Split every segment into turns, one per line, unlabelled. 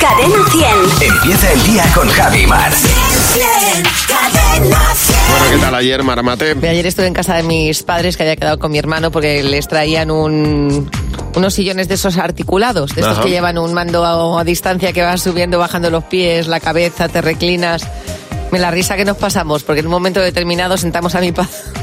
Cadena 100.
Empieza el día con Javi Mar.
Cadena 100.
Bueno, ¿qué tal ayer, Maramate?
Pero Ayer estuve en casa de mis padres que había quedado con mi hermano porque les traían un- unos sillones de esos articulados, de estos
Ajá.
que llevan un mando a, a distancia que vas subiendo, bajando los pies, la cabeza, te reclinas. Me la risa que nos pasamos porque en un momento determinado sentamos a mi padre.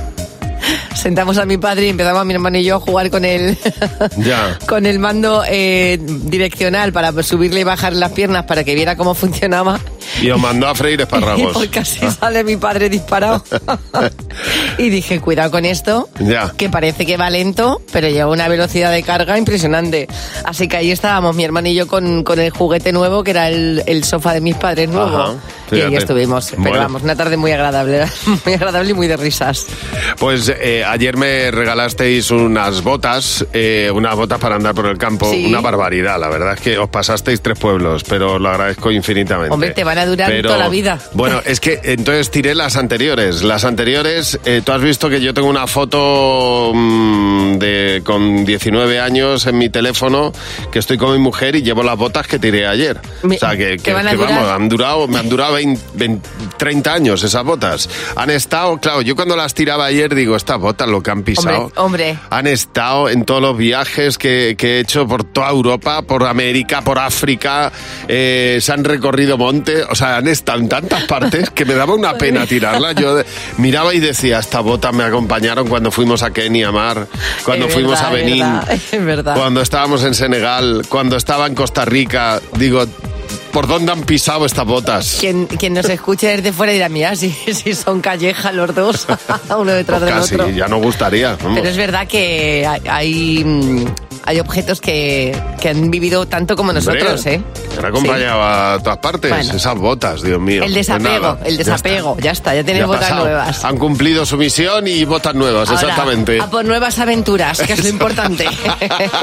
Sentamos a mi padre y empezamos mi hermano y yo a jugar con el,
Ya.
con el mando eh, direccional para subirle y bajar las piernas para que viera cómo funcionaba.
Y os mandó a freír
Y
espárragos.
por casi sale mi padre disparado. y dije, cuidado con esto,
Ya.
que parece que va lento, pero lleva una velocidad de carga impresionante. Así que ahí estábamos, mi hermano y yo, con, con el juguete nuevo, que era el, el sofá de mis padres nuevo.
Ajá,
y ahí
fíjate.
estuvimos. Pero
Bueno.
vamos, una tarde muy agradable, muy agradable y muy de risas.
Pues eh, ayer me regalasteis unas botas, eh, unas botas para andar por el campo.
Sí.
Una barbaridad, la verdad es que os pasasteis tres pueblos, pero os lo agradezco infinitamente.
Hombre, te van a durar
Pero-
toda la vida.
Bueno, es que entonces tiré las anteriores. Las anteriores, eh, tú has visto que yo tengo una foto mm, de con 19 años en mi teléfono, que estoy con mi mujer y llevo las botas que tiré ayer.
Me-
o sea, que,
¿te
que-
van a
que
durar?
vamos, han durado, me han durado 20, 20, 30 años esas botas. Han estado, claro, yo cuando las tiraba ayer digo, estas botas lo que han pisado.
Hombre, hombre.
Han estado en todos los viajes que, que he hecho por toda Europa, por América, por África, eh, se han recorrido montes, o sea, han estado en tantas partes que me daba una pena tirarlas. Yo de- miraba y decía, estas botas me acompañaron cuando fuimos a Kenia, Mar, cuando
Es
fuimos
verdad,
a
es
Benín,
verdad, es verdad.
cuando estábamos en Senegal, cuando estaba en Costa Rica, digo... ¿Por dónde han pisado estas botas?
Quien, quien nos escuche desde fuera dirá, mira, si, si son callejas los dos, uno detrás
Pues
del
casi,
otro.
ya no gustaría. vamos.
Pero es verdad que hay- hay, mm, hay objetos que, que han vivido tanto como nosotros,
Hombre,
¿eh?
que Me acompañaba a todas partes.
Bueno.
Esas botas, Dios mío. pues
Sí. El desapego,
Nada,
el
ya
desapego, ya está, ya,
está. Ya
tienes
ha
botas
pasado.
nuevas.
Han cumplido su misión y botas nuevas,
Ahora,
exactamente.
A por nuevas aventuras, que es lo importante.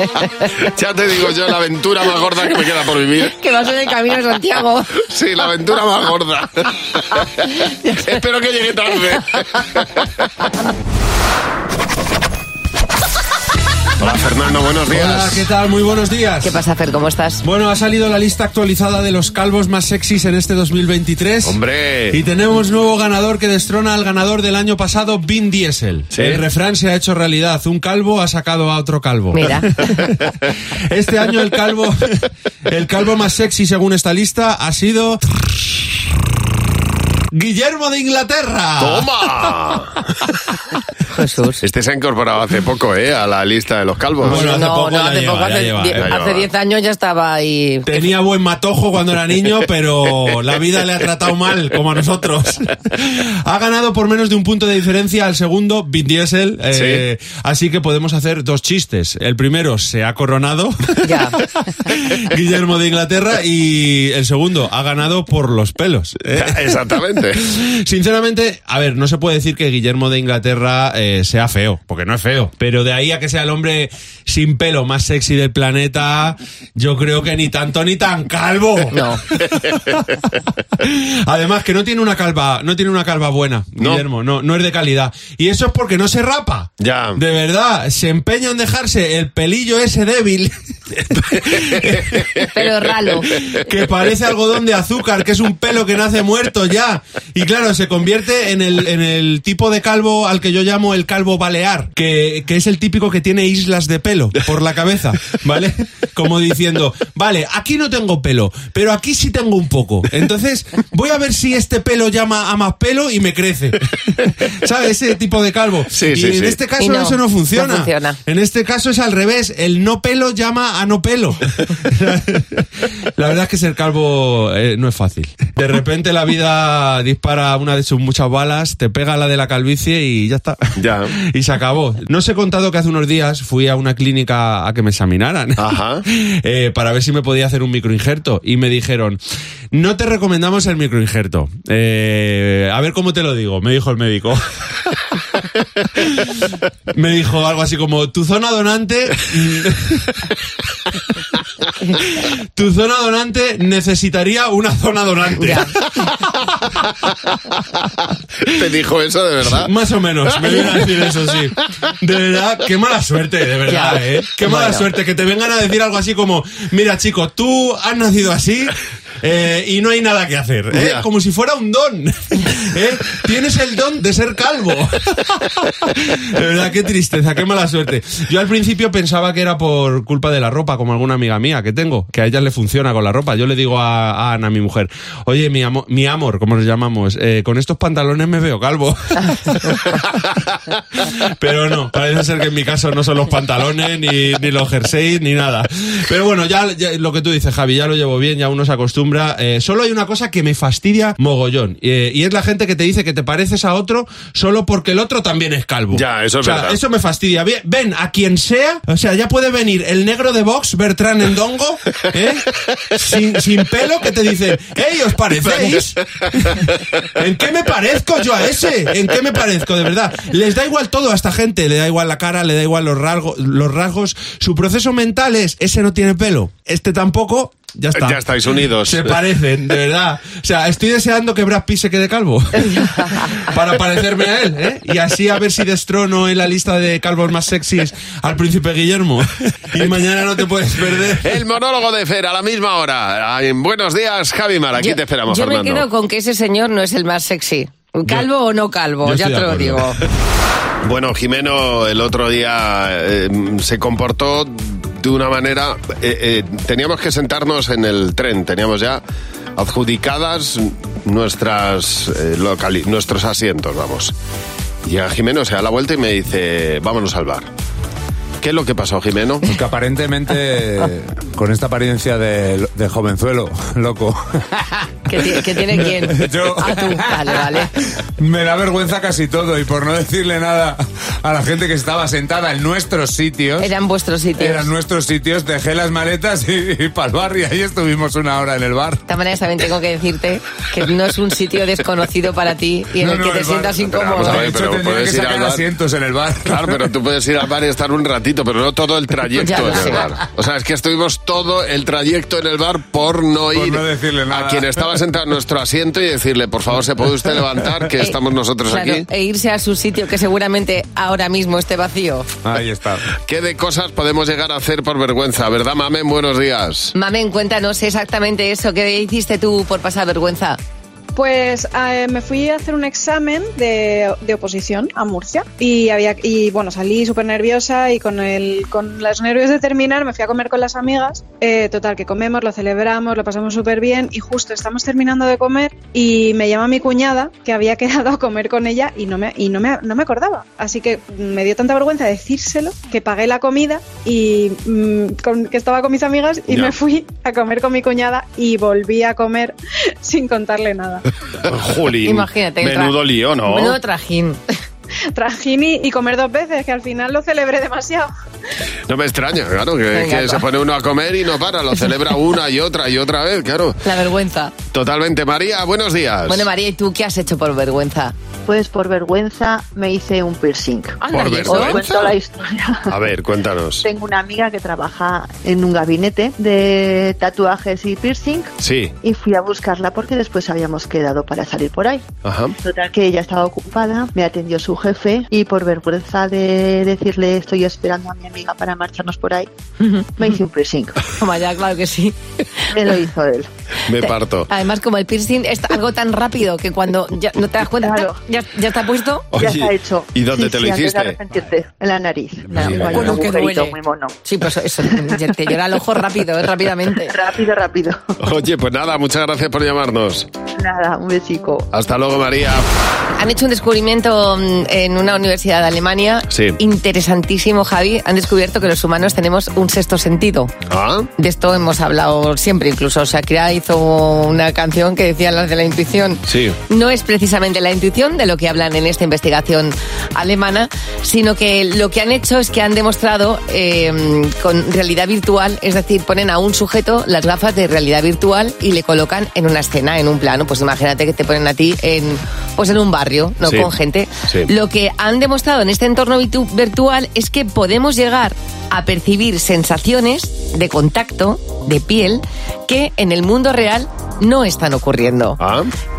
ya te digo yo, la aventura más gorda que me queda por vivir.
que vas en el camino de Santiago.
Sí, la aventura más gorda. Espero que llegue tarde. Hola Fernando, buenos días.
Hola, ¿qué tal? Muy buenos días.
¿Qué pasa, Fer? ¿Cómo estás?
Bueno, ha salido la lista actualizada de los calvos más sexys en este 2023.
Hombre.
Y tenemos nuevo ganador que destrona al ganador del año pasado, Vin Diesel.
Sí.
El refrán se ha hecho realidad. Un calvo ha sacado a otro calvo.
Mira.
Este año el calvo, el calvo más sexy según esta lista ha sido Guillermo de Inglaterra. Ah.
¡Toma!
Jesús.
Este se ha incorporado hace poco, ¿eh? A la lista de los calvos.
Bueno, hace
no,
poco
no,
ya
hace
lleva,
poco,
ya
hace
lleva,
die-
ya lleva.
hace 10 años ya estaba ahí.
Tenía buen matojo cuando era niño, pero la vida le ha tratado mal, como a nosotros. Ha ganado por menos de un punto de diferencia al segundo, Vin Diesel. eh, Así que podemos hacer dos chistes. El primero, se ha coronado.
Ya.
Guillermo de Inglaterra. Y el segundo, ha ganado por los pelos. eh.
Exactamente.
Sinceramente, a ver, no se puede decir que Guillermo de Inglaterra eh, sea feo, porque no es feo. Pero de ahí a que sea el hombre sin pelo más sexy del planeta, yo creo que ni tanto ni tan calvo.
No.
Además que no tiene una calva, no tiene una calva buena,
No.
Guillermo, no, no es de calidad. Y eso es porque no se rapa.
Ya.
De verdad, se empeña en dejarse el pelillo ese débil
Pero ralo.
que parece algodón de azúcar, que es un pelo que nace muerto ya. Y claro, se convierte en el, en el tipo de calvo al que yo llamo el calvo balear, que, que es el típico que tiene islas de pelo por la cabeza, ¿vale? Como diciendo, vale, aquí no tengo pelo, pero aquí sí tengo un poco. Entonces, voy a ver si este pelo llama a más pelo y me crece. ¿Sabes? Ese tipo de calvo.
Sí,
y
sí,
en
sí.
este
Y
caso
no,
eso
no
no funciona.
funciona.
En este caso es al revés, el no pelo llama a no pelo. la verdad es que ser calvo eh, no es fácil. De repente la vida dispara una de sus muchas balas, te pega la de la calvicie y ya está.
Ya.
Y se acabó. No os he contado que hace unos días fui a una clínica a que me examinaran
Ajá.
eh, para ver si me podía hacer un microinjerto y me dijeron, no te recomendamos el microinjerto. Eh, a ver cómo te lo digo, me dijo el médico. me dijo algo así como, tu zona donante... mm, tu zona donante necesitaría una zona donante.
Te dijo eso de verdad.
Más o menos, me viene a decir eso, sí. De verdad, qué mala suerte, de verdad,
Ya.
¿eh? Qué mala
Bueno.
suerte, que te vengan a decir algo así como, mira chico, tú has nacido así eh, y no hay nada que hacer, ¿eh?
Ya.
Como si fuera un don, ¿eh? Tienes el don de ser calvo. De verdad, qué tristeza, qué mala suerte. Yo al principio pensaba que era por culpa de la ropa, como alguna amiga mía que tengo, que a ella le funciona con la ropa. Yo le digo a, a Ana, mi mujer, oye, mi, amo- mi amor, como nos llamamos, eh, con estos pantalones me veo calvo. Pero no, parece ser que en mi caso no son los pantalones, ni, ni los jerseys, ni nada. Pero bueno, ya, ya lo que tú dices, Javi, ya lo llevo bien, ya uno se acostumbra. Eh, solo hay una cosa que me fastidia mogollón, eh, y es la gente que te dice que te pareces a otro solo porque el otro también es calvo.
Ya, eso es
O sea,
verdad.
Eso me fastidia. Ve- Ven a quien sea, o sea, ya puede venir el negro de Vox, Bertrán Endongo, ¿eh? sin, sin pelo, que te dicen, ¡Ey, os parecéis! ¿En qué me parezco yo a ese? ¿En qué me parezco? De verdad. Les da igual todo a esta gente. Le da igual la cara, le da igual los, rasgo- los rasgos. Su proceso mental es: ese no tiene pelo, este tampoco. Ya está.
Ya estáis unidos.
Se parecen, de verdad. O sea, estoy deseando que Brad Pitt se quede calvo. Para parecerme a él, ¿eh? Y así a ver si destrono en la lista de calvos más sexys al príncipe Guillermo. Y mañana no te puedes perder.
El monólogo de Fer a la misma hora. En Buenos días, Javi Mar. Aquí
Yo-
te esperamos,
Yo
Fernando.
me quedo con que ese señor no es el más sexy. Calvo o no calvo,
yo
ya
estoy
te
de
lo digo.
acuerdo.
Bueno, Jimeno el otro día eh, se comportó de una manera... eh, eh, teníamos que sentarnos en el tren, teníamos ya adjudicadas nuestras eh, locali- nuestros asientos, vamos. Y a Jimeno se da la vuelta y me dice, vámonos al bar. ¿Qué es lo que pasó, Jimeno?
Que aparentemente, con esta apariencia de, de jovenzuelo, loco,
¿Qué, ti- qué tiene quién?
Yo.
Ah, tú. Vale, vale.
me da vergüenza casi todo. Y por no decirle nada a la gente que estaba sentada en nuestros sitios,
Eran vuestros sitios.
eran nuestros sitios, dejé las maletas y, para el bar. Y ahí estuvimos una hora en el bar.
De esta manera también tengo que decirte que no es un sitio desconocido para ti y en
No,
el
no,
que te
el bar-
sientas
pero
incómodo.
vamos a ver,
De hecho,
pero
tendría
puedes
que
ir al
sacar
bar.
asientos en el bar.
Claro, pero tú puedes ir al bar y estar un ratito, pero no todo el
Ya
trayecto
lo
en
sé.
el bar. O sea, es que estuvimos todo el trayecto en el bar por no ir
no decirle
a
nada.
quien estaba sentado en nuestro asiento y decirle, por favor, ¿se puede usted levantar? Que
Eh,
estamos nosotros
claro,
aquí.
E irse a su sitio que seguramente ahora mismo esté vacío.
Ahí está.
¿Qué de cosas podemos llegar a hacer por vergüenza? ¿Verdad, mamen? Buenos días.
Mamen, cuéntanos exactamente eso. ¿Qué hiciste tú por pasar vergüenza?
Pues eh, me fui a hacer un examen de, de oposición a Murcia y había y bueno salí súper nerviosa y con el con los nervios de terminar me fui a comer con las amigas. Eh, total que comemos, lo celebramos, lo pasamos súper bien y justo estamos terminando de comer y me llama mi cuñada que había quedado a comer con ella y no me y no me, no me acordaba. Así que me dio tanta vergüenza decírselo que pagué la comida y mm, con- que estaba con mis amigas y
Ya.
me fui a comer con mi cuñada y volví a comer sin contarle nada.
Juli.
Imagínate. el tra- Menudo trajín.
Trajini y comer dos veces, que al final lo celebré demasiado.
No me extraña, claro, que,
Venga,
que se
va.
pone uno a comer y no para, lo celebra una y otra y otra vez, claro.
La vergüenza.
Totalmente, María, buenos días.
Bueno, María, ¿y tú qué has hecho por vergüenza?
Pues por vergüenza me hice un piercing.
¿Por
¿y eso?
Os
vergüenza?
cuento pues, la historia.
A ver, cuéntanos.
Tengo una amiga que trabaja en un gabinete de tatuajes y piercing
Sí,
y fui a buscarla porque después habíamos quedado para salir por ahí.
ajá.
Total que ella estaba ocupada, me atendió su jefe y por vergüenza de decirle estoy esperando a mi amiga para marcharnos por ahí, me hice un piercing.
Toma ya, claro que sí.
Me lo hizo él.
Me parto.
Además, como el piercing es algo tan rápido que cuando ya no te das cuenta,
Claro.
ya, ya está puesto.
ya
Oye,
está hecho.
¿Y dónde
Sí,
te lo
sí, antes de
hiciste?
arrepentirte, en la nariz.
Nada,
Tengo ahí
bueno,
un
que
agujerito
duele.
muy mono.
Sí, pues eso, ya te llora el ojo rápido, eh, rápidamente.
Rápido, rápido.
Oye, pues nada, muchas gracias por llamarnos.
Nada, un besico.
Hasta luego, María.
Han hecho un descubrimiento mm, en una universidad de Alemania
Sí.
interesantísimo, Javi. Han descubierto que los humanos tenemos un sexto sentido.
¿Ah?
De esto hemos hablado siempre, incluso Shakira hizo una canción que decía las de la intuición.
Sí.
No es precisamente la intuición de lo que hablan en esta investigación alemana, sino que lo que han hecho es que han demostrado eh, con realidad virtual, es decir, ponen a un sujeto las gafas de realidad virtual y le colocan en una escena, en un plano. Pues imagínate que te ponen a ti en, pues en un barrio, no
Sí.
con gente.
Sí.
Lo que han demostrado en este entorno virtu- virtual es que podemos llegar a percibir sensaciones de contacto, de piel, que en el mundo real no están ocurriendo.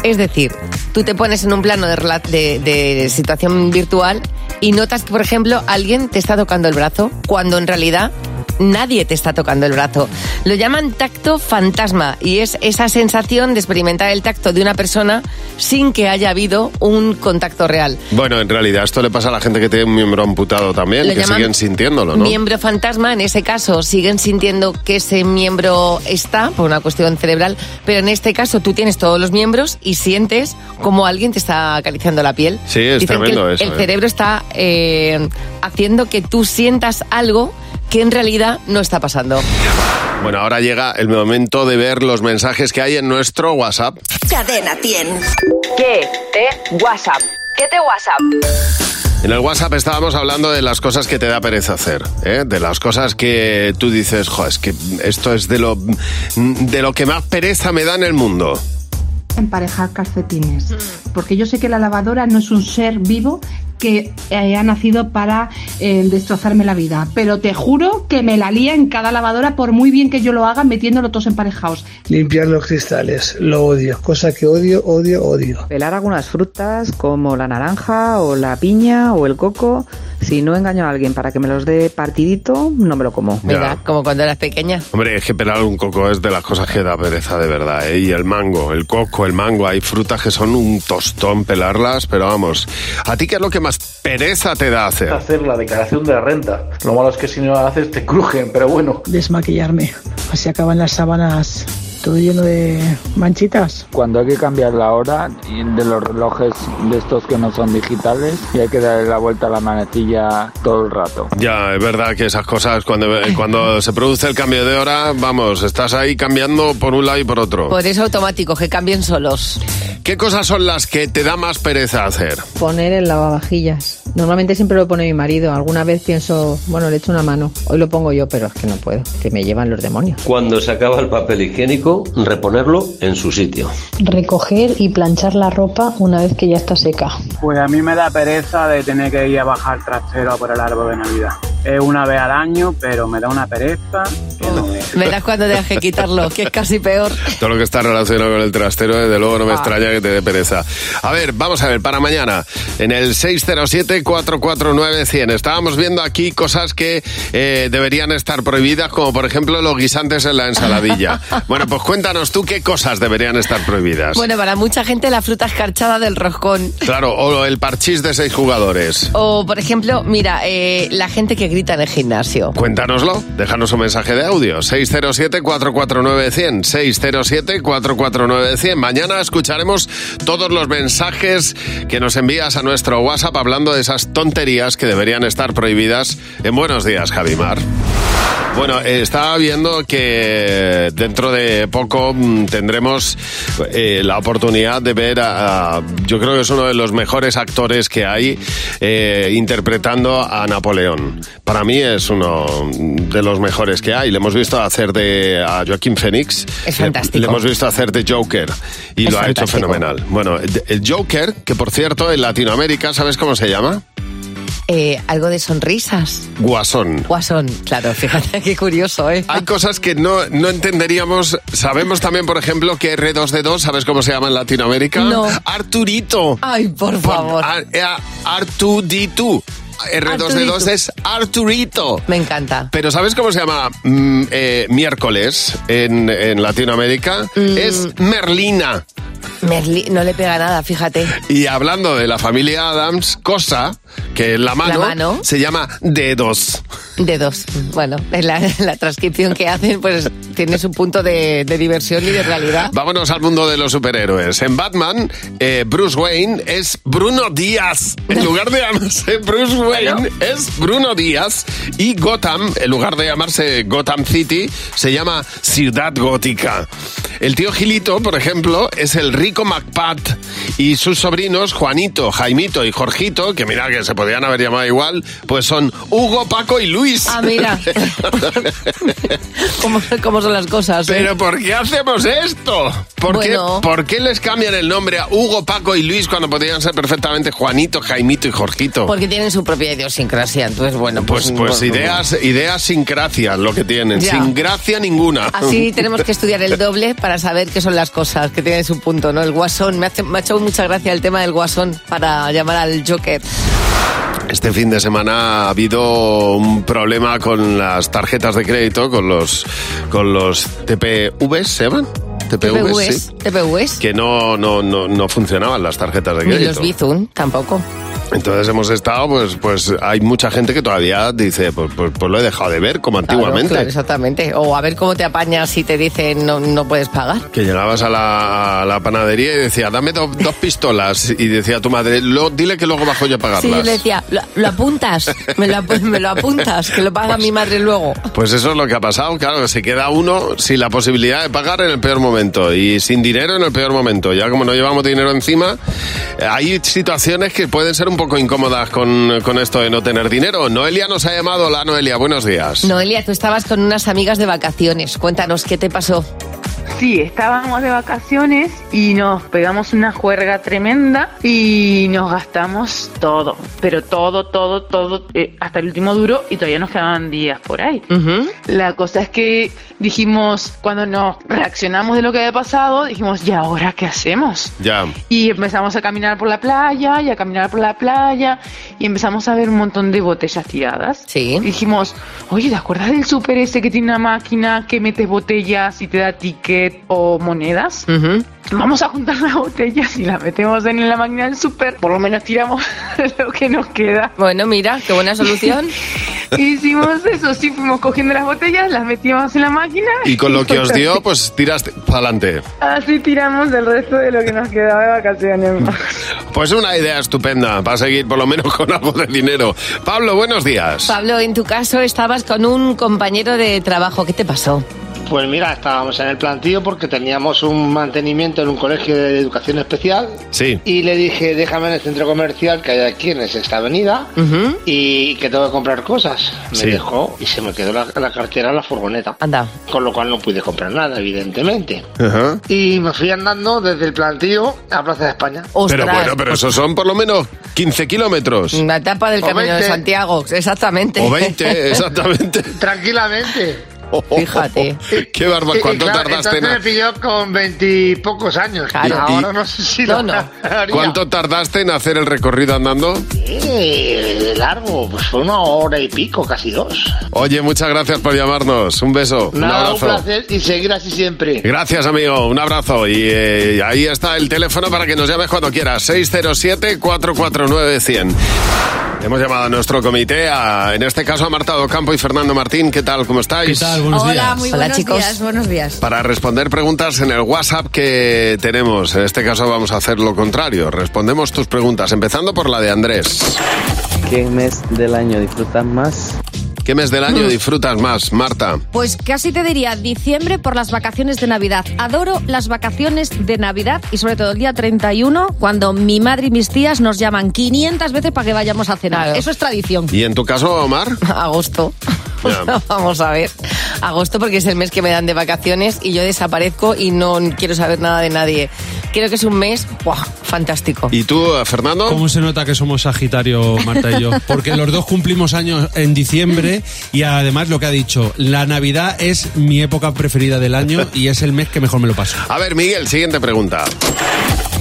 Es decir, tú te pones en un plano de, rela- de- de situación virtual y notas que, por ejemplo, alguien te está tocando el brazo cuando en realidad nadie te está tocando el brazo. Lo llaman tacto fantasma y es esa sensación de experimentar el tacto de una persona sin que haya habido un contacto real.
Bueno, en realidad esto le pasa a la gente que tiene un miembro amputado también,
Lo
que
llaman
siguen sintiéndolo, ¿no?
Miembro fantasma, en ese caso, siguen sintiendo que ese miembro está por una cuestión cerebral, pero en este caso tú tienes todos los miembros y sientes como alguien te está acariciando la piel.
Sí, es
Dicen que
tremendo
el,
eso,
El
¿eh?
cerebro está eh, haciendo que tú sientas algo que en realidad no está pasando.
Bueno, ahora llega el momento de ver los mensajes que hay en nuestro WhatsApp.
Cadena 100. ¿Qué te WhatsApp? ¿Qué te WhatsApp?
En el WhatsApp estábamos hablando de las cosas que te da pereza hacer, ¿eh? de las cosas que tú dices, jo, es que esto es de lo, de lo que más pereza me da en el mundo.
emparejar calcetines. Porque yo sé que la lavadora no es un ser vivo que eh, ha nacido para eh, destrozarme la vida. Pero te juro que me la lía en cada lavadora por muy bien que yo lo haga metiéndolo todos emparejados.
Limpiar los cristales, lo odio. Cosa que odio, odio, odio.
Pelar algunas frutas como la naranja o la piña o el coco. Si no engaño a alguien para que me los dé partidito, no me lo como.
Mira,
como cuando eras pequeña.
Hombre, es que pelar un coco es de las cosas que da pereza de verdad, ¿eh? Y el mango, el coco, el mango, hay frutas que son un tostón pelarlas, pero vamos, ¿a ti qué es lo que más pereza te da hacer?
hacer la declaración de la renta. Lo malo es que si no la haces te crujen, pero bueno.
Desmaquillarme. Así acaban las sábanas todo lleno de manchitas.
Cuando hay que cambiar la hora y de los relojes de estos que no son digitales y hay que darle la vuelta a la manecilla todo el rato.
Ya, es verdad que esas cosas, cuando, eh, cuando se produce el cambio de hora, vamos, estás ahí cambiando por un lado y por otro.
Por eso Pues automático, que cambien solos.
¿Qué cosas son las que te da más pereza hacer?
Poner el lavavajillas. Normalmente siempre lo pone mi marido. Alguna vez pienso, bueno, le echo una mano. Hoy lo pongo yo, pero es que no puedo. Que me llevan los demonios.
Cuando se acaba el papel higiénico, reponerlo en su sitio.
Recoger y planchar la ropa una vez que ya está seca.
Pues a mí me da pereza de tener que ir a bajar trastero a por el árbol de Navidad. Es una vez al año, pero me da una pereza.
Verás cuando dejas que quitarlo, que es casi peor.
Todo lo que está relacionado con el trastero, desde luego no me
Ah.
extraña que te dé pereza. A ver, vamos a ver, para mañana, en el 607-449-100, estábamos viendo aquí cosas que eh, deberían estar prohibidas, como por ejemplo los guisantes en la ensaladilla. bueno, pues cuéntanos tú qué cosas deberían estar prohibidas.
Bueno, para mucha gente la fruta escarchada del roscón.
Claro, o el parchís de seis jugadores.
O, por ejemplo, mira, eh, la gente que grita en el gimnasio.
Cuéntanoslo, déjanos un mensaje de audio. 607-449-100. 607-449-100. Mañana escucharemos todos los mensajes que nos envías a nuestro WhatsApp hablando de esas tonterías que deberían estar prohibidas. En buenos días, Javimar. Bueno, eh, estaba viendo que dentro de poco mm, tendremos eh, la oportunidad de ver a, a- yo creo que es uno de los mejores actores que hay eh, interpretando a Napoleón. Para mí es uno de los mejores que hay. Le hemos visto hacer de a Joaquín Phoenix.
Es
Le-
fantástico.
Le, hemos visto hacer de Joker y
Es
lo ha hecho
fantástico.
fenomenal. Bueno, de- el Joker, que por cierto en Latinoamérica, ¿sabes cómo se llama?
Eh, algo de sonrisas.
Guasón.
Guasón, claro, fíjate qué curioso, ¿eh?
Hay cosas que no, no entenderíamos. Sabemos también, por ejemplo, que R2D2, ¿sabes cómo se llama en Latinoamérica?
No.
Arturito.
Ay, por favor.
Ar- eh, Artuditu. R2D2
Arturito.
es Arturito.
Me encanta.
Pero ¿sabes cómo se llama mm, eh, miércoles en, en Latinoamérica?
Mm.
Es Merlina.
Merlí no le pega nada, fíjate.
Y hablando de la familia Adams, cosa que la mano,
La mano.
se llama dedos.
De dos. Bueno, en la, en la transcripción que hacen, pues tiene su punto de, de diversión y de realidad.
Vámonos al mundo de los superhéroes. En Batman, eh, Bruce Wayne es Bruno Díaz. En lugar de llamarse Bruce Wayne, es Bruno Díaz. Y Gotham, en lugar de llamarse Gotham City, se llama Ciudad Gótica. El tío Gilito, por ejemplo, es el rico MacPat y sus sobrinos Juanito, Jaimito y Jorgito, que mira que se podían haber llamado igual, pues son Hugo, Paco y Luis.
Ah, mira. ¿Cómo, cómo son las cosas? eh?
Pero ¿por qué hacemos esto? ¿Por,
Bueno.
qué, ¿Por qué les cambian el nombre a Hugo, Paco y Luis cuando podrían ser perfectamente Juanito, Jaimito y Jorgito?
Porque tienen su propia idiosincrasia. Entonces, bueno, pues.
Pues, pues ideas, ideas sin gracia, lo que tienen.
Ya.
Sin gracia ninguna.
Así tenemos que estudiar el doble para saber qué son las cosas, que tienen su punto, ¿no? El guasón. Me, hace- me ha hecho mucha gracia el tema del guasón para llamar al Joker.
Este fin de semana ha habido un problema con las tarjetas de crédito, con los, con los TPVs, ¿se llaman? TPVs, sí.
TPVs. TPVs.
Que no, no, no, no funcionaban las tarjetas de
Ni los
crédito.
Bizun, tampoco.
Entonces hemos estado, pues, pues hay mucha gente que todavía dice, pues, pues, pues lo he dejado de ver como antiguamente.
Claro, claro, exactamente. O a ver cómo te apañas si te dicen no, no puedes pagar.
Que llegabas a la, a la panadería y decía, dame dos, dos pistolas. Y decía tu madre, "Lo- dile que luego bajo yo a
Sí, yo
pagarlas.
le decía, lo, lo apuntas, me lo, apu- me lo apuntas, que lo paga mi madre luego.
Pues eso es lo que ha pasado, claro, que se queda uno sin la posibilidad de pagar en el peor momento y sin dinero en el peor momento. Ya como no llevamos dinero encima, eh, hay situaciones que pueden ser un poco incómodas con, con esto de no tener dinero. Noelia nos ha llamado. Hola Noelia, buenos días.
Noelia, tú estabas con unas amigas de vacaciones. Cuéntanos, ¿qué te pasó?
Sí, estábamos de vacaciones y nos pegamos una juerga tremenda y nos gastamos todo, pero todo, todo, todo, eh, hasta el último duro y todavía nos quedaban días por ahí. La cosa es que dijimos, cuando nos reaccionamos de lo que había pasado, dijimos, ¿y ahora qué hacemos?
Ya.
Y empezamos a caminar por la playa y a caminar por la playa y empezamos a ver un montón de botellas tiradas. Sí. dijimos, oye, ¿te acuerdas del super ese que tiene una máquina que metes botellas y te da ticket o monedas? Vamos a juntar las botellas y las metemos en la máquina del super. Por lo menos tiramos lo que nos queda.
Bueno, mira, qué buena solución.
Hicimos eso, sí, fuimos cogiendo las botellas, las metíamos en la máquina.
Y con lo que os dio, pues tiraste para adelante.
Así tiramos el resto de lo que nos quedaba de vacaciones.
Pues una idea estupenda para seguir por lo menos con algo de dinero. Pablo, buenos días.
Pablo, en tu caso estabas con un compañero de trabajo. ¿Qué te pasó?
Pues mira, estábamos en el plantío porque teníamos un mantenimiento en un colegio de educación especial
Sí.
y le dije, déjame en el centro comercial que hay aquí en la sexta avenida y que tengo que comprar cosas. Me
Sí.
dejó y se me quedó la, la cartera en la furgoneta.
Anda.
Con lo cual no pude comprar nada, evidentemente.
Ajá.
Y me fui andando desde el plantío a Plaza de España.
Pero bueno, pero esos son por lo menos 15 kilómetros.
La etapa del
O
Camino de
20.
Santiago, exactamente.
O 20, exactamente.
Tranquilamente.
Fíjate.
Qué barbaridad.
Y- y
¿Cuánto
claro,
tardaste en
Entonces me pilló con veintipocos años.
Claro.
Ahora
Y-
no sé si lo haría.
¿Cuánto tardaste en hacer el recorrido andando?
Eh, de largo, pues fue una hora y pico, casi dos.
Oye, muchas gracias por llamarnos. Un beso, un
Nada, un
abrazo.
placer y seguir así siempre.
Gracias, amigo. Un abrazo. Y eh, ahí está el teléfono para que nos llames cuando quieras. 607-449-100. Hemos llamado a nuestro comité, a- en este caso a Marta Docampo y Fernando Martín. ¿Qué tal? ¿Cómo estáis?
¿Qué tal?
Hola, muy buenos días, buenos días.
Para responder preguntas en el WhatsApp que tenemos. En este caso vamos a hacer lo contrario. Respondemos tus preguntas, empezando por la de Andrés.
¿Qué mes del año disfrutas más?
¿Qué mes del año disfrutas más, Marta?
Pues casi te diría diciembre por las vacaciones de Navidad. Adoro las vacaciones de Navidad y sobre todo el día 31 cuando mi madre y mis tías nos llaman 500 veces para que vayamos a cenar. Eso es tradición.
¿Y en tu caso, Omar?
Agosto.
Ya.
Vamos a ver. Agosto porque es el mes que me dan de vacaciones y yo desaparezco y no quiero saber nada de nadie. Creo que es un mes ¡buah! fantástico.
¿Y tú, eh, Fernando?
¿Cómo se nota que somos Sagitario, Marta y yo? Porque los dos cumplimos años en diciembre y además lo que ha dicho, la Navidad es mi época preferida del año y es el mes que mejor me lo paso.
A ver, Miguel, siguiente pregunta.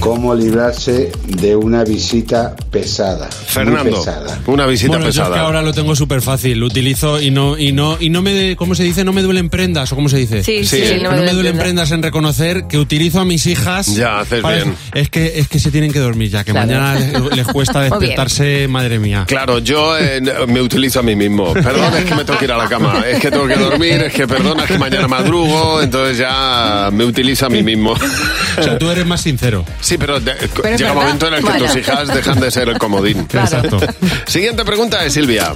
¿Cómo librarse de una visita pesada? Muy
Fernando,
pesada.
una visita
bueno, yo es que
pesada.
ahora lo tengo súper fácil, lo utilizo y no, y no, y no me, ¿cómo se dice? No me duelen prendas, ¿o cómo se dice?
Sí, sí, Sí. sí,
no, me duelen prendas. en reconocer que utilizo a mis hijas.
Ya, haces
para-
bien.
Es que, es que se tienen que dormir ya, que
Claro.
mañana les, les cuesta
Muy bien.
despertarse, madre mía.
Claro, yo eh, me utilizo a mí mismo. Perdón, es que me tengo que ir a la cama. Es que tengo que dormir, es que perdona, es que mañana madrugo, entonces ya me utilizo a mí mismo.
O sea, tú eres más sincero.
Sí, pero, de-
es
llega
verdad.
un momento en el que
Bueno.
tus hijas dejan de ser el comodín.
Claro.
Siguiente pregunta de Silvia.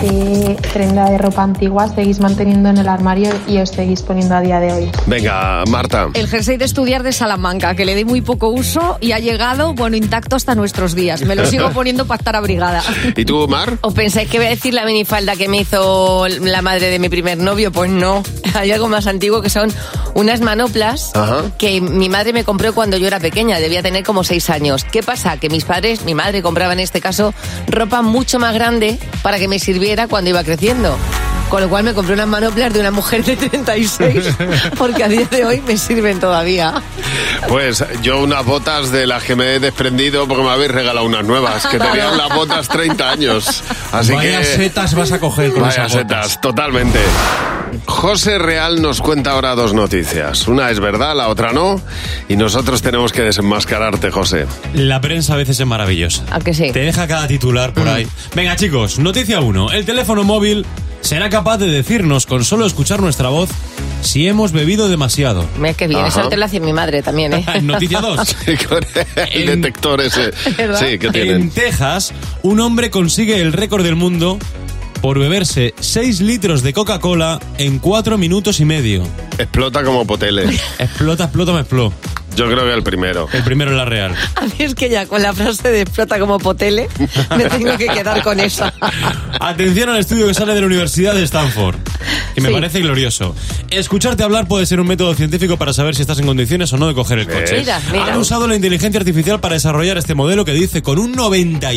¿Qué prenda de ropa antigua seguís manteniendo en el armario y os seguís poniendo a día de hoy?
Venga, Marta.
El jersey de estudiar de Salamanca, que le di muy poco uso y ha llegado, bueno, intacto hasta nuestros días. Me lo sigo poniendo para estar abrigada.
¿Y tú, Mar?
¿Os pensáis que voy a decir la minifalda que me hizo la madre de mi primer novio? Pues no. Hay algo más antiguo que son unas manoplas
Ajá.
que mi madre me compró cuando yo era pequeña, debía tener como seis años. ¿Qué pasa? Que mis padres, mi madre compraba en este caso ropa mucho más grande para que me sirviera cuando iba creciendo. Con lo cual me compré unas manoplas de una mujer de 36, porque a día de hoy me sirven todavía.
Pues yo unas botas de las que me he desprendido porque me habéis regalado unas nuevas, que tenían las botas 30 años. Así
Vaya
que...
setas vas a coger con
Vaya
esas botas.
setas, totalmente. José Real nos cuenta ahora dos noticias. Una es verdad, la otra no. Y nosotros tenemos que desenmascararte, José.
La prensa a veces es maravillosa.
¿A que sí?
Te deja cada titular
Mm.
por ahí. Venga, chicos, noticia 1. El teléfono móvil será capaz de decirnos con solo escuchar nuestra voz si hemos bebido demasiado.
Es que bien,
Ajá.
eso te lo hacía mi madre también, ¿eh?
Noticia 2.
El detector ese.
¿Verdad?
Sí, que
En
tienen.
Texas, un hombre consigue el récord del mundo por beberse 6 litros de Coca-Cola en 4 minutos y medio.
Explota como potele.
Explota, explota, me explota.
Yo creo que el primero.
El primero es la real.
A mí es que ya con la frase de explota como potele, me tengo que quedar con esa.
Atención al estudio que sale de la Universidad de Stanford. Y me
Sí.
parece glorioso. Escucharte hablar puede ser un método científico para saber si estás en condiciones o no de coger el coche.
Mira, mira.
Han usado la inteligencia artificial para desarrollar este modelo que dice con un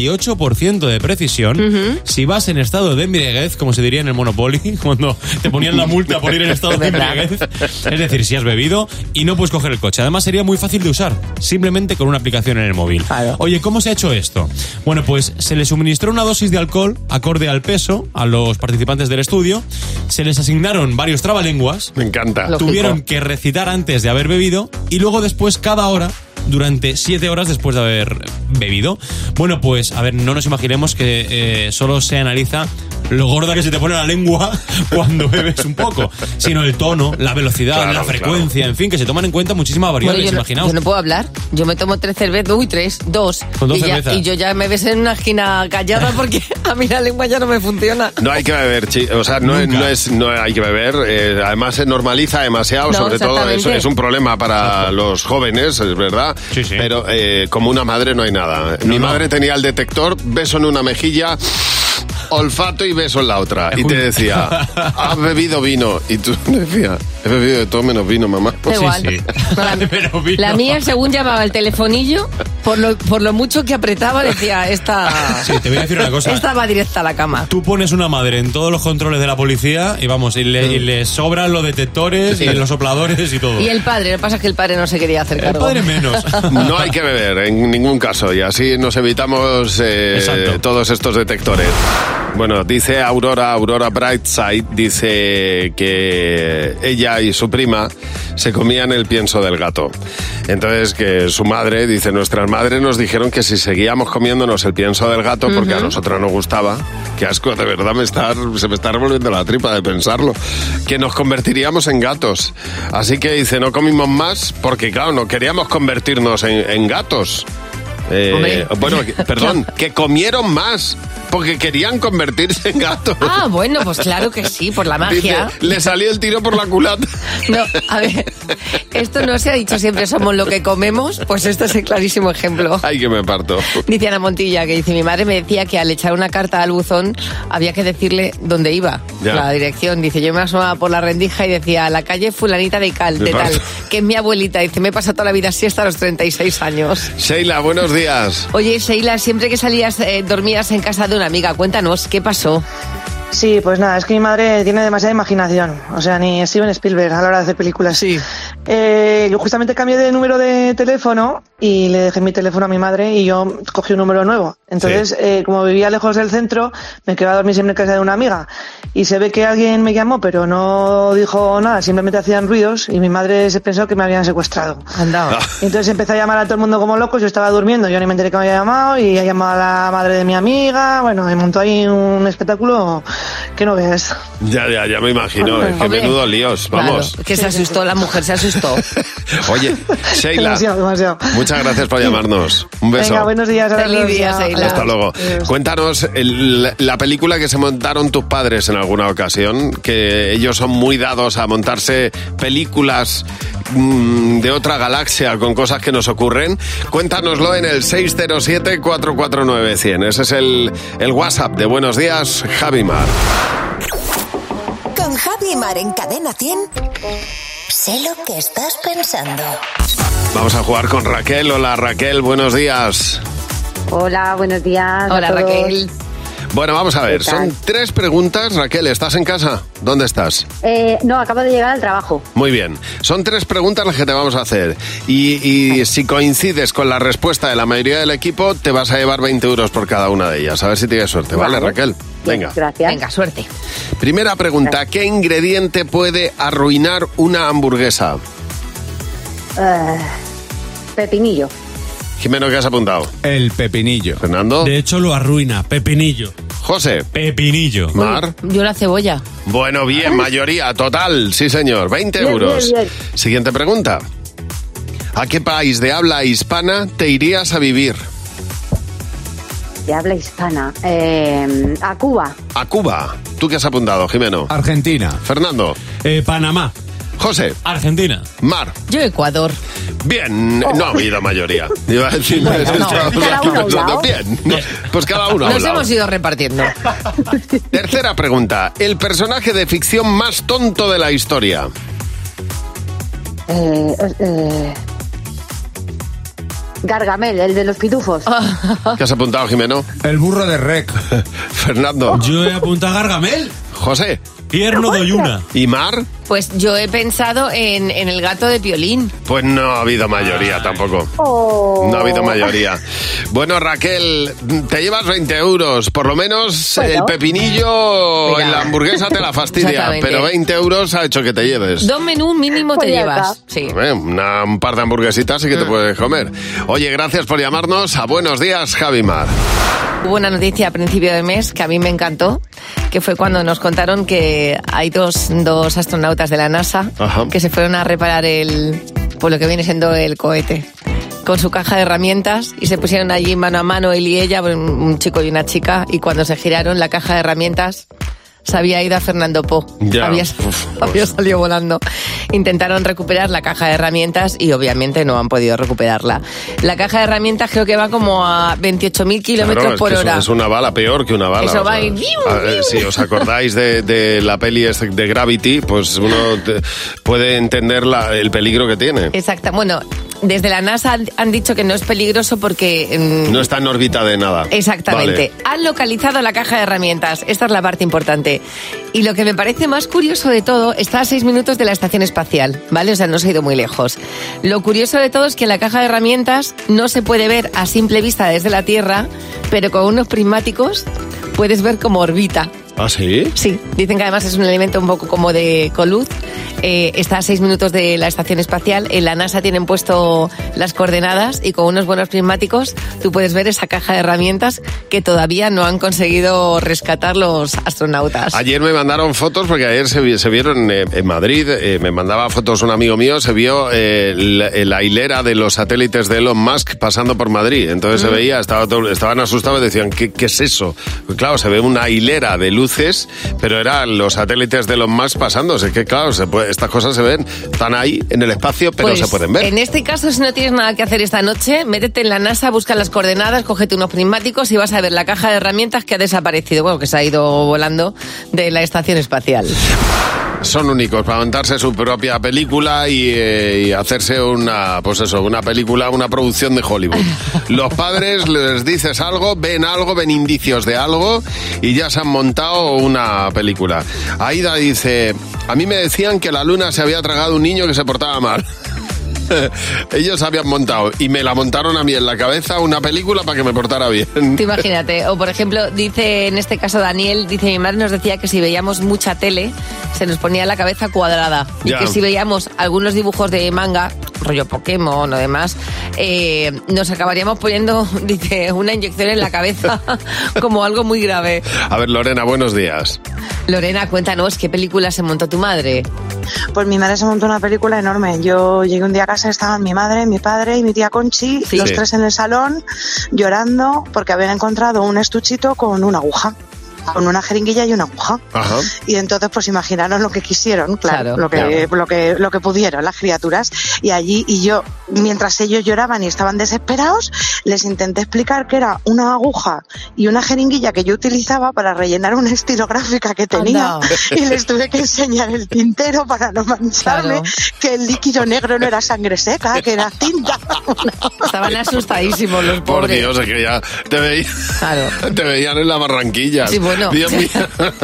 98% de precisión si vas en estado de embriaguez, como se diría en el Monopoly, cuando te ponían la multa por ir en estado de
¿Verdad?
embriaguez. Es decir, si has bebido y no puedes coger el coche. Además, sería muy fácil de usar, simplemente con una aplicación en el móvil. Oye, ¿cómo se ha hecho esto? Bueno, pues se les suministró una dosis de alcohol acorde al peso a los participantes del estudio. Se les asignaron varios trabalenguas.
Me encanta.
Lógico. Tuvieron que recitar antes de haber bebido y luego después cada hora durante siete horas después de haber bebido. Bueno, pues a ver, no nos imaginemos que eh, solo se analiza lo gorda que se te pone la lengua cuando bebes un poco, sino el tono, la velocidad,
Claro,
la
claro.
frecuencia, en fin, que se toman en cuenta muchísimas
Bueno,
variables,
yo, no,
imaginaos.
yo no puedo hablar. Yo me tomo tres cervezas, uy, tres, dos.
Con dos
y, ya,
cervezas.
y yo ya me ves en una esquina callada porque a mí la lengua ya no me funciona.
No hay que beber, chi- o sea, no, es- no es, no hay que beber. eh, además se normaliza demasiado,
No,
sobre todo
exactamente.
eso es un problema para los jóvenes, es verdad. Pero eh, como una madre no hay nada. Mi madre tenía el detector, beso en una mejilla, olfato y beso en la otra. Y te decía, has bebido vino. Y tú decías, he bebido de todo menos vino, mamá.
Da
Pues
igual. La mía, según llamaba el telefonillo, por lo, por lo mucho que apretaba, decía, esta,
Sí, te voy a decir una cosa.
esta va directa a la cama.
Tú pones una madre en todos los controles de la policía y vamos, y le, y le sobran los detectores y los sopladores y todo.
Mm. Y el padre, lo que pasa es que el padre no se quería hacer cargo.
menos.
No hay que beber en ningún caso y así nos evitamos eh, todos estos detectores. Bueno, dice Aurora, Aurora Brightside, dice que ella y su prima se comían el pienso del gato. Entonces que su madre, dice, nuestras madres nos dijeron que si seguíamos comiéndonos el pienso del gato, porque a nosotras nos gustaba, que asco, de verdad me está, se me está revolviendo la tripa de pensarlo, que nos convertiríamos en gatos. Así que dice, no comimos más porque, claro, no queríamos convertirnos en, en gatos. Eh,
Hombre.
bueno, que- perdón, que comieron más porque querían convertirse en gatos.
Ah, bueno, pues claro que sí, por la
Dice,
magia.
le salió el tiro por la culata.
No, a ver, esto no se ha dicho siempre somos lo que comemos, pues este es el clarísimo ejemplo.
Ay, que me parto.
Dice Ana Montilla, que dice, mi madre me decía que al echar una carta al buzón había que decirle dónde iba,
Ya.
la dirección. Dice, yo me asomaba por la rendija y decía, la calle fulanita de cal, de
Me
tal,
pasa.
que es mi abuelita. Dice, me he pasado toda la vida así hasta los 36 años.
Sheila, buenos días.
Oye, Sheila, siempre que salías, eh, dormías en casa de una amiga. Cuéntanos, ¿qué pasó?
Sí, pues nada, es que mi madre tiene demasiada imaginación. O sea, ni Steven Spielberg a la hora de hacer películas. Eh,
Sí.
yo justamente cambié de número de teléfono y le dejé mi teléfono a mi madre y yo cogí un número nuevo. Entonces,
Sí.
eh, como vivía lejos del centro, me quedaba a dormir siempre en casa de una amiga. Y se ve que alguien me llamó, pero no dijo nada, simplemente hacían ruidos y mi madre se pensó que me habían secuestrado.
Andaba.
Entonces empecé a llamar a todo el mundo como locos, yo estaba durmiendo, yo ni me enteré que me había llamado y ha llamado a la madre de mi amiga, bueno, me montó ahí un espectáculo que no veas.
Ya, ya, ya me imagino. Es que
Hombre.
menudo líos. Vamos.
Claro, que se asustó, la mujer se asustó.
Oye, Sheila.
Demasiado, demasiado.
Muchas gracias por llamarnos. Un beso.
Venga, buenos días. a
Feliz
todos,
día,
ya.
Sheila.
Hasta luego. Cuéntanos el- la película que se montaron tus padres en alguna ocasión, que ellos son muy dados a montarse películas mm, de otra galaxia con cosas que nos ocurren. Cuéntanoslo en el 607-449-100. Ese es el, el WhatsApp de Buenos Días, Javimar.
Con Javi Mar en Cadena 100. Sé lo que estás pensando.
Vamos a jugar con Raquel. Hola Raquel, buenos días.
Hola, buenos días. a
Hola,
todos.
Raquel.
Bueno, vamos a ver.
¿Qué tal?
Son tres preguntas. Raquel, ¿estás en casa? ¿Dónde estás?
Eh, no, acabo de llegar al trabajo.
Muy bien. Son tres preguntas las que te vamos a hacer. Y, y si coincides con la respuesta de la mayoría del equipo, te vas a llevar 20 euros por cada una de ellas. A ver si tienes suerte, ¿vale,
Vale.
Raquel? Venga.
Gracias.
Venga, suerte.
Primera pregunta. ¿Qué ingrediente puede arruinar una hamburguesa?
Eh, pepinillo.
Jimeno, ¿qué has apuntado?
El pepinillo.
Fernando.
De hecho, lo arruina. Pepinillo.
José.
Pepinillo.
Mar.
Yo la cebolla.
Bueno, bien, mayoría total. Sí, señor. 20
Bien,
euros.
bien,
Siguiente pregunta. ¿A qué país de habla hispana te irías a vivir?
De habla hispana. Eh, a Cuba.
A Cuba. ¿Tú qué has apuntado, Jimeno? Argentina. Fernando. Panamá. José. Argentina. Mar.
Yo Ecuador.
Bien, no ha habido mayoría. Iba a decir,
Oh. Bueno, no.
estábamos
Cada
aquí
uno a un
pensando,
lado.
bien. Pues cada uno a un
Nos
lado.
hemos ido repartiendo.
Tercera pregunta. El personaje de ficción más tonto de la historia.
Eh, eh, Gargamel, el de los pitufos.
¿Qué has apuntado, Jimeno? El burro de Rec. Fernando. Yo he apuntado a Gargamel. José. Pierno de Yuna. ¿Y Mar?
Pues yo he pensado en, en el gato de Piolín.
Pues no ha habido mayoría tampoco.
Oh.
No ha habido
Oh.
mayoría. Bueno, Raquel, te llevas 20 euros. Por lo menos el pepinillo
Mira.
en la hamburguesa te la fastidia.
Exactamente.
Pero 20 euros ha hecho que te lleves.
Dos menús mínimo
Pues
te llevas. Sí.
Eh, una- un par de hamburguesitas sí que te
Mm.
puedes comer. Oye, gracias por llamarnos. A buenos días, Javimar.
Hubo una noticia a principio de mes que a mí me encantó, que fue cuando nos contaron que hay dos, dos astronautas de la NASA que se fueron a reparar el, por lo que viene siendo el cohete con su caja de herramientas y se pusieron allí mano a mano él y ella, un- un chico y una chica, y cuando se giraron la caja de herramientas se había ido a Fernando Po.
Ya.
Había, había salido volando. Intentaron recuperar la caja de herramientas y obviamente no han podido recuperarla. La caja de herramientas creo que va como a 28.000 kilómetros
Claro, es
por
que eso
hora.
Es una bala peor que una bala.
Eso
o
va
sea.
y ¡viu,
A ver,
viu!
Si Ah, eh, os acordáis de, de la peli esta de Gravity, pues uno te- puede entender la- el peligro que tiene.
Exacto. Bueno, desde la NASA han, han dicho que no es peligroso porque... mm,
No está en órbita de nada.
Exactamente.
Vale.
Han localizado la caja de herramientas. Esta es la parte importante. Y lo que me parece más curioso de todo está a seis minutos de la estación espacial, ¿vale? O sea, no se ha ido muy lejos. Lo curioso de todo es que la caja de herramientas no se puede ver a simple vista desde la Tierra, pero con unos prismáticos puedes ver como orbita.
¿Ah, sí?
Sí, dicen que además es un elemento un poco como de coluz. Eh, está a seis minutos de la estación espacial. En la NASA tienen puesto las coordenadas y con unos buenos prismáticos tú puedes ver esa caja de herramientas que todavía no han conseguido rescatar los astronautas.
Ayer me mandaron fotos, porque ayer se, vi- se vieron eh, en Madrid, eh, me mandaba fotos un amigo mío, se vio eh, la, la hilera de los satélites de Elon Musk pasando por Madrid. Entonces se veía, estaba todo- estaban asustados y decían, ¿qué, qué es eso? Pues claro, se ve una hilera de luces, pero eran los satélites de Elon Musk pasando. Es que claro, se puede- estas cosas se ven, están ahí en el espacio, pero
Pues,
se pueden ver.
En este caso, si no tienes nada que hacer esta noche, métete en la NASA, busca las coordenadas, cógete unos prismáticos y vas a ver la caja de herramientas que ha desaparecido, bueno, que se ha ido volando de la estación espacial.
Son únicos para montarse su propia película y, eh, y hacerse una, pues eso, una película, una producción de Hollywood. Los padres les dices algo, ven algo, ven indicios de algo y ya se han montado una película. Aida dice, a mí me decían que la luna se había tragado un niño que se portaba mal. Ellos habían montado y me la montaron a mí en la cabeza una película para que me portara bien.
Tú imagínate, o por ejemplo, dice en este caso Daniel, dice mi madre nos decía que si veíamos mucha tele se nos ponía la cabeza cuadrada y
Ya.
que si veíamos algunos dibujos de manga rollo Pokémon o demás, eh, nos acabaríamos poniendo, dice, una inyección en la cabeza como algo muy grave.
A ver, Lorena, buenos días.
Lorena, cuéntanos qué película se montó tu madre.
Pues mi madre se montó una película enorme. Yo llegué un día a casa, estaban mi madre, mi padre y mi tía Conchi,
Sí.
los
Sí.
tres en el salón, llorando porque habían encontrado un estuchito con una aguja, con una jeringuilla y una aguja.
Ajá.
Y entonces pues imaginaron lo que quisieron, claro,
Claro,
lo, que,
claro.
lo que lo que pudieron las criaturas y allí y yo mientras ellos lloraban y estaban desesperados, les intenté explicar que era una aguja y una jeringuilla que yo utilizaba para rellenar una estilográfica que tenía
Anda.
y les tuve que enseñar el tintero para no mancharme,
Claro.
que el líquido negro no era sangre seca, que era tinta.
Estaban asustadísimos los
Por
pobres.
Dios, es que ya te, veí- te veían en la barranquilla.
Sí, bueno.
Dios mío,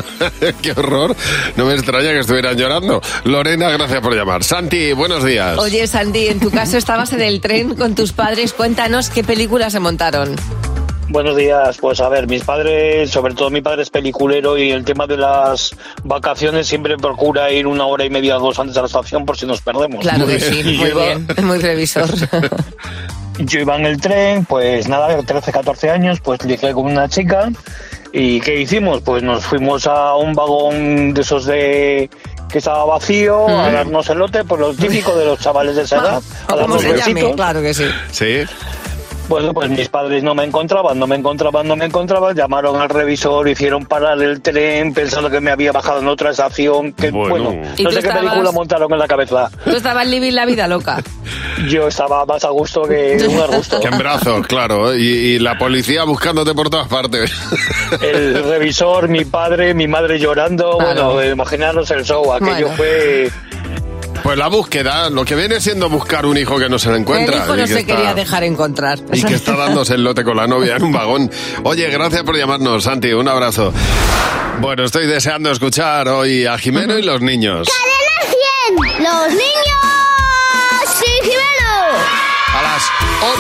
qué horror. No me extraña que estuvieran llorando. Lorena, gracias por llamar. Santi, buenos días.
Oye, Sandy, en tu caso estabas en el tren con tus padres. Cuéntanos qué película se montaron.
Buenos días, pues a ver, mis padres, sobre todo mi padre es peliculero y el tema de las vacaciones siempre procura ir una hora y media dos antes a la estación por si nos perdemos.
Claro que sí,
Y
muy
yo iba-
bien, muy previsor.
Yo iba en el tren, pues nada, 13, 14 años, pues llegué con una chica y ¿qué hicimos? Pues nos fuimos a un vagón de esos de que estaba vacío a
Mm.
darnos el lote, pues lo típico de los chavales de esa edad,
Ah,
a
¿Cómo
darnos
Ah, se llame?
besitos.
Claro que sí.
Sí.
Bueno, pues mis padres no me encontraban, no me encontraban, no me encontraban. Llamaron al revisor, hicieron parar el tren pensando que me había bajado en otra estación. Que, bueno,
¿Y
no
tú
sé qué
estabas?
película montaron en la cabeza.
Tú estabas living la vida loca.
Yo estaba más a gusto que un arbusto.
Que en brazos, claro. Y, y la policía buscándote por todas partes.
El revisor, mi padre, mi madre llorando. Bueno, imaginaros el show. Aquello
Bueno.
fue.
Pues la búsqueda, lo que viene siendo buscar un hijo que no se le encuentra.
el hijo
y
no
que
se
está-
quería dejar encontrar.
Y que está dándose el lote con la novia en un vagón. Oye, gracias por llamarnos, Santi. Un abrazo. Bueno, estoy deseando escuchar hoy a Jimeno y los niños.
¡Los niños! ¡Sí,
A las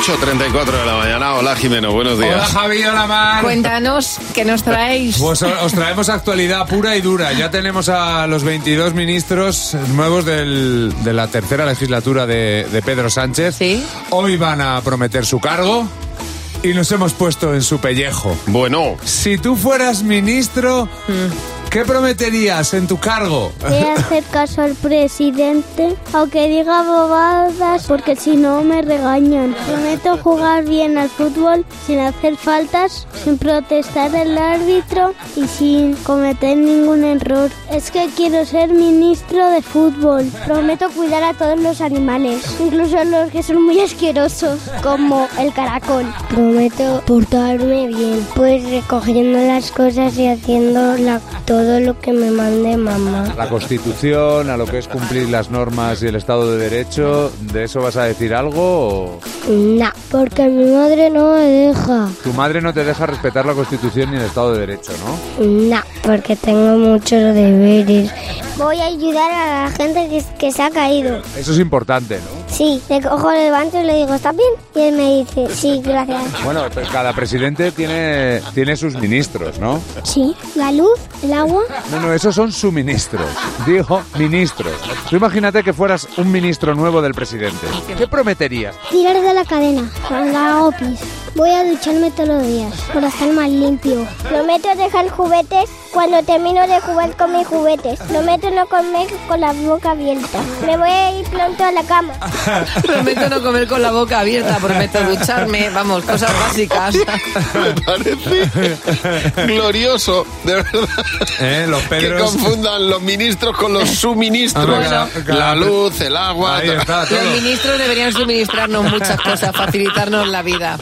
8.34 de la mañana. Hola, Jimeno. Buenos días.
Hola Javi, hola Mar.
Cuéntanos qué nos traéis.
Pues o- os traemos actualidad pura y dura. Ya tenemos a los 22 ministros nuevos del- de la tercera legislatura de, de Pedro Sánchez. Hoy van a prometer su cargo y nos hemos puesto en su pellejo.
Bueno.
Si tú fueras ministro, ¿qué prometerías en tu cargo?
Voy a hacer caso al presidente, aunque diga bobadas, porque si no me regañan. Prometo jugar bien al fútbol sin hacer faltas, sin protestar al árbitro y sin cometer ningún error. Es que quiero ser ministro de fútbol. Prometo cuidar a todos los animales, incluso a los que son muy asquerosos, como el caracol. Prometo portarme bien, pues recogiendo las cosas y haciendo la- todo lo que me mande mamá.
A la Constitución, a lo que es cumplir las normas y el Estado de Derecho, ¿de eso vas a decir algo? o-
No, porque mi madre no me deja.
Tu madre no te deja respetar la Constitución ni el Estado de Derecho, ¿no?
No, porque tengo muchos deberes. Voy a ayudar a la gente que, que se ha caído.
Eso es importante, ¿no?
Sí, le cojo, le levanto y le digo, ¿está bien? Y él me dice, sí, gracias.
Bueno, pues cada presidente tiene, tiene sus ministros, ¿no?
Sí, la luz, el agua.
No, no, esos son suministros. Digo, ministros. Tú imagínate que fueras un ministro nuevo del presidente. ¿Qué prometerías?
Tirar de la cadena, cuando hago pis. Voy a ducharme todos los días para estar más limpio. Prometo dejar juguetes cuando termino de jugar con mis juguetes. Prometo no comer con la boca abierta. Me voy a ir pronto a la cama.
Prometo no comer con la boca abierta, prometo ducharme, vamos, cosas básicas.
Me parece glorioso, de verdad.
¿Eh? Los
Que
Pedros...
confundan los ministros con los suministros.
Hombre, cada-
la
cada-
luz, el agua.
Ahí está, todo.
Los ministros deberían suministrarnos muchas cosas, facilitarnos la vida.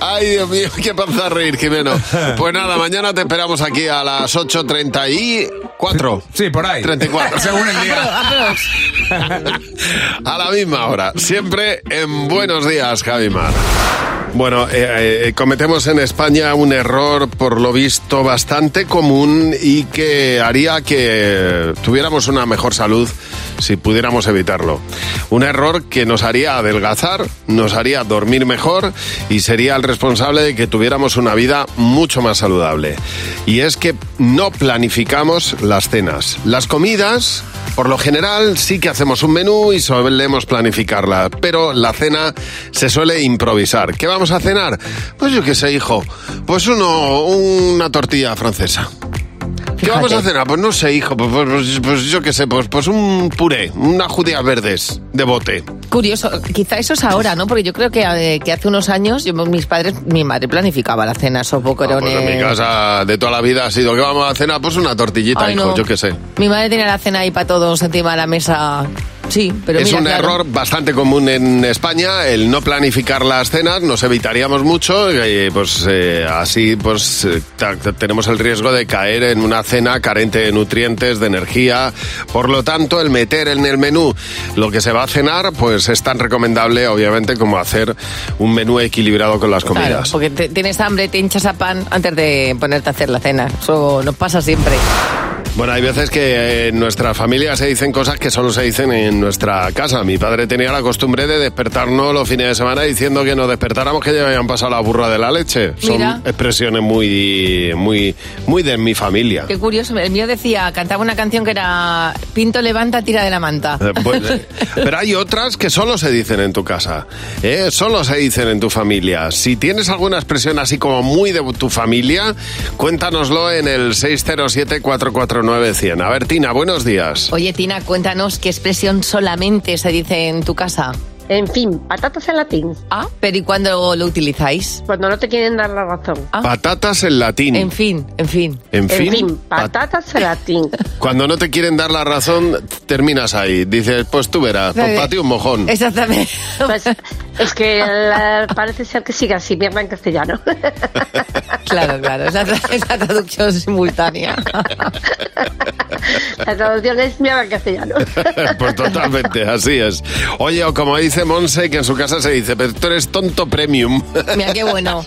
Ay, Dios mío, qué panza a reír, Jimeno. Pues nada, mañana te esperamos aquí a las 8.34.
Sí, por ahí.
34.
Según el día.
A la misma hora, siempre en Buenos Días, Javi Mar. Bueno, eh, eh, cometemos en España un error, por lo visto, bastante común y que haría que tuviéramos una mejor salud si pudiéramos evitarlo. Un error que nos haría adelgazar, nos haría dormir mejor y sería el responsable de que tuviéramos una vida mucho más saludable. Y es que no planificamos las cenas. Las comidas Por lo general sí que hacemos un menú y solemos planificarla, pero la cena se suele improvisar. ¿Qué vamos a cenar? Pues yo qué sé, hijo. Pues uno, una tortilla francesa. ¿Qué vamos a cenar? Pues no sé, hijo. Pues, pues- pues- pues yo qué sé, pues, pues un puré, unas judías verdes de bote.
Curioso, quizá eso es ahora, ¿no? Porque yo creo que, eh, que hace unos años yo- mis padres, mi madre planificaba la cena, esos boquerones.
Pues en mi casa de toda la vida ha sido, ¿qué vamos a cenar? Pues una tortillita,
Ay,
hijo,
no.
yo qué sé.
Mi madre tenía la cena ahí para todos encima de la mesa. Sí, pero
es
mira,
un
claro.
error bastante común en España el no planificar las cenas, nos evitaríamos mucho, eh, pues eh, así pues eh, ta- ta- tenemos el riesgo de caer en una cena carente de nutrientes, de energía. Por lo tanto, el meter en el menú lo que se va a cenar, pues es tan recomendable, obviamente, como hacer un menú equilibrado con las
Claro,
comidas.
porque te- tienes hambre, te hinchas a pan antes de ponerte a hacer la cena. Eso nos pasa siempre.
Bueno, hay veces que en nuestras familias se dicen cosas que solo se dicen en nuestra casa. Mi padre tenía la costumbre de despertarnos los fines de semana diciendo que nos despertáramos que ya habían pasado la burra de la leche.
Mira.
Son expresiones muy, muy, muy de mi familia.
Qué curioso, el mío decía, cantaba una canción que era Pinto levanta, tira de la manta.
Eh, pues, eh, pero hay otras que solo se dicen en tu casa, ¿eh? solo se dicen en tu familia. Si tienes alguna expresión así como muy de tu familia, cuéntanoslo en el 607-449-100. A ver, Tina, buenos días.
Oye, Tina, cuéntanos qué expresión solamente se dice en tu casa.
En fin, patatas en latín.
Ah, pero ¿y cuándo lo utilizáis? Ah.
Cuando no te quieren dar la razón.
Patatas en latín.
En fin, en fin.
En fin, pat-
patatas en latín.
Cuando no te quieren dar la razón, terminas ahí. Dices, pues tú verás, pues
Vale.
para ti un mojón.
Exactamente.
Pues, es que la- parece ser que siga así, mierda en castellano.
Claro, claro, es la, tra- es la traducción simultánea.
La traducción es mierda en castellano.
pues totalmente, así es. Oye, o como dice Monse, que en su casa se dice, pero tú eres tonto premium.
Mira qué bueno.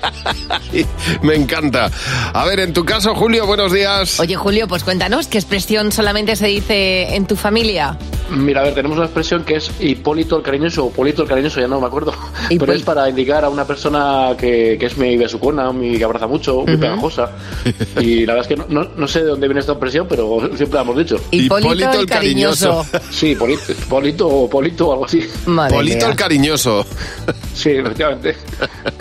Me encanta. A ver, en tu caso, Julio, buenos días.
Oye, Julio, pues cuéntanos qué expresión solamente se dice en tu familia.
Mira, a ver, tenemos una expresión que es Hipólito el cariñoso o Polito el cariñoso, ya no me acuerdo. Pero es para indicar a una persona que, que es muy besucona, muy que abraza mucho, muy
Ujú.
pegajosa. Y la verdad es que no, no- no sé de dónde viene esta expresión, pero siempre la hemos dicho.
Hipólito Hipólito el el cariñoso.
Sí, Polito, Polito o Polito o algo así.
Madre Polito mía. el
cariñoso.
Sí, efectivamente.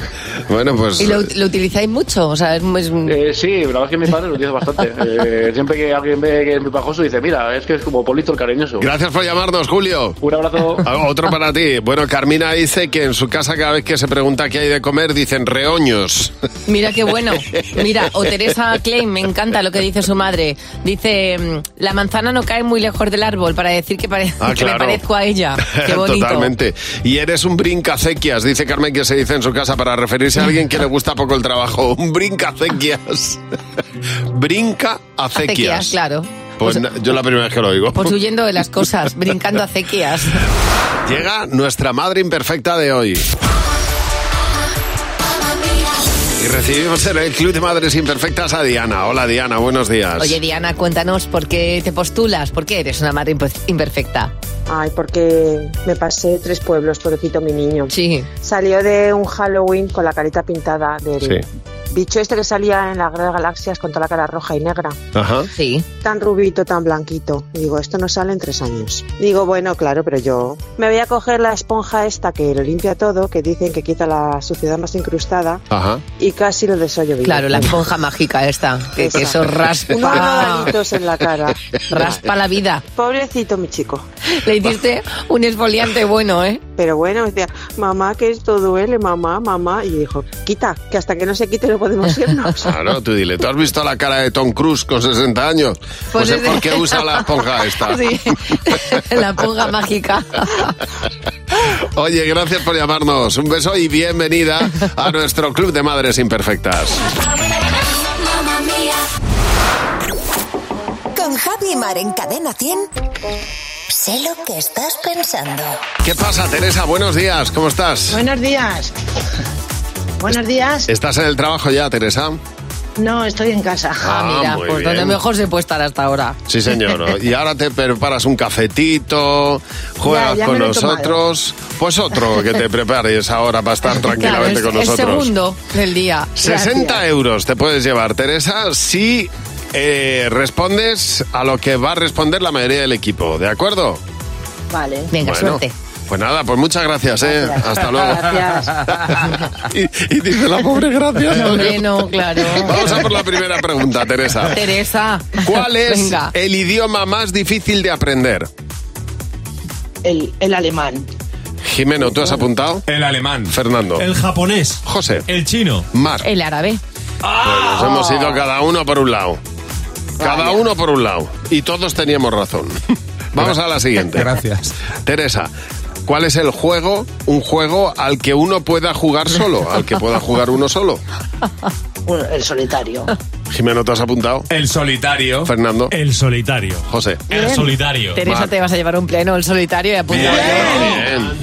Bueno, pues...
¿Y lo, lo utilizáis mucho? O sea, es muy- es un-
Eh, sí, la verdad es que mi padre lo dice bastante. Eh, siempre que alguien ve que es muy pajoso, dice, mira, es que es como Polito el cariñoso.
Gracias por llamarnos, Julio. Ah,
Un abrazo.
Otro para ti. Bueno, Carmina dice que en su casa cada vez que se pregunta qué hay de comer, dicen reoños.
Mira qué bueno. Mira, o Teresa Klein, me encanta lo que dice su madre. Dice, mm, la manzana no cae muy lejos del árbol para decir que, pare-
Ah,
que me
claro.
parezco a ella. Qué bonito.
Totalmente. Y eres un brincacequias, dice Carmen que se dice en su casa para referirse a alguien que le gusta poco el trabajo. Un brincacequias. Brinca
Acequias,
acequias.
claro.
Pues na- yo la primera vez que lo digo.
Pues huyendo de las cosas, brincando acequias.
Llega nuestra madre imperfecta de hoy. Y recibimos en el Club de Madres Imperfectas a Diana. Hola Diana, buenos días.
Oye, Diana, cuéntanos por qué te postulas, por qué eres una madre imper- imperfecta.
Ay, porque me pasé tres pueblos, pobrecito mi niño.
Sí.
Salió de un Halloween con la carita pintada del bicho este que salía en la Guerra de Galaxias con toda la cara roja y negra.
Ajá.
Sí.
Tan rubito, tan blanquito. Y digo, esto no sale en tres años. Digo, bueno, claro, pero yo me voy a coger la esponja esta que lo limpia todo, que dicen que quita la suciedad más incrustada.
Ajá.
Y casi lo desollo vivo.
Claro, la esponja mágica esta, que, que eso
Unos
raspa,
rodaditos en la cara.
raspa la vida.
Pobrecito mi chico.
Le hiciste un esfoliante bueno, ¿eh?
Pero bueno, me decía, mamá, que esto duele, mamá, mamá. Y dijo, quita, que hasta que no se quite no podemos irnos.
Claro, tú dile, ¿tú has visto la cara de Tom Cruise con 60 años? Pues,
Pues
es
es de-
porque usa la esponja esta.
Sí, la esponja mágica.
Oye, gracias por llamarnos. Un beso y bienvenida a nuestro Club de Madres Imperfectas.
Con Javi y Mar en Cadena 100. Sé lo que estás pensando.
¿Qué pasa, Teresa? Buenos días, ¿cómo estás?
Buenos días. Buenos días.
¿Estás en el trabajo ya, Teresa?
No, estoy en casa.
Ah, mira, muy pues donde bien. mejor
se puede estar hasta ahora.
Sí, señor. Y ahora te preparas un cafetito,
Ya,
juegas
ya me
con
lo he tomado.
nosotros. Pues otro que te prepares ahora para estar tranquilamente
Claro,
con
es-
nosotros.
El segundo del día.
60 euros te puedes llevar, Teresa, si eh, respondes a lo que va a responder la mayoría del equipo, ¿de acuerdo?
Vale.
Venga,
Bueno,
suerte.
Pues nada, pues muchas gracias, ¿eh? Hasta luego. Y, y dice la pobre gracias.
No, hombre, no, claro.
Vamos a por la primera pregunta, Teresa.
Teresa.
¿Cuál es
Venga.
el idioma más difícil de aprender?
El, el alemán.
Jimeno, ¿tú has apuntado? El alemán. Fernando.
El japonés.
José.
El chino.
Mar.
El árabe.
Nos hemos ido cada uno por un lado. Cada uno por un lado. Y todos teníamos razón. Vamos a la siguiente.
Gracias.
Teresa, ¿cuál es el juego? Un juego al que uno pueda jugar solo, al que pueda jugar uno solo.
Bueno, el solitario.
Jimeno, ¿te has apuntado?
El solitario.
Fernando.
El solitario.
José.
Bien. Teresa,
Mar.
te vas a llevar un pleno el solitario y apunta.
Bien.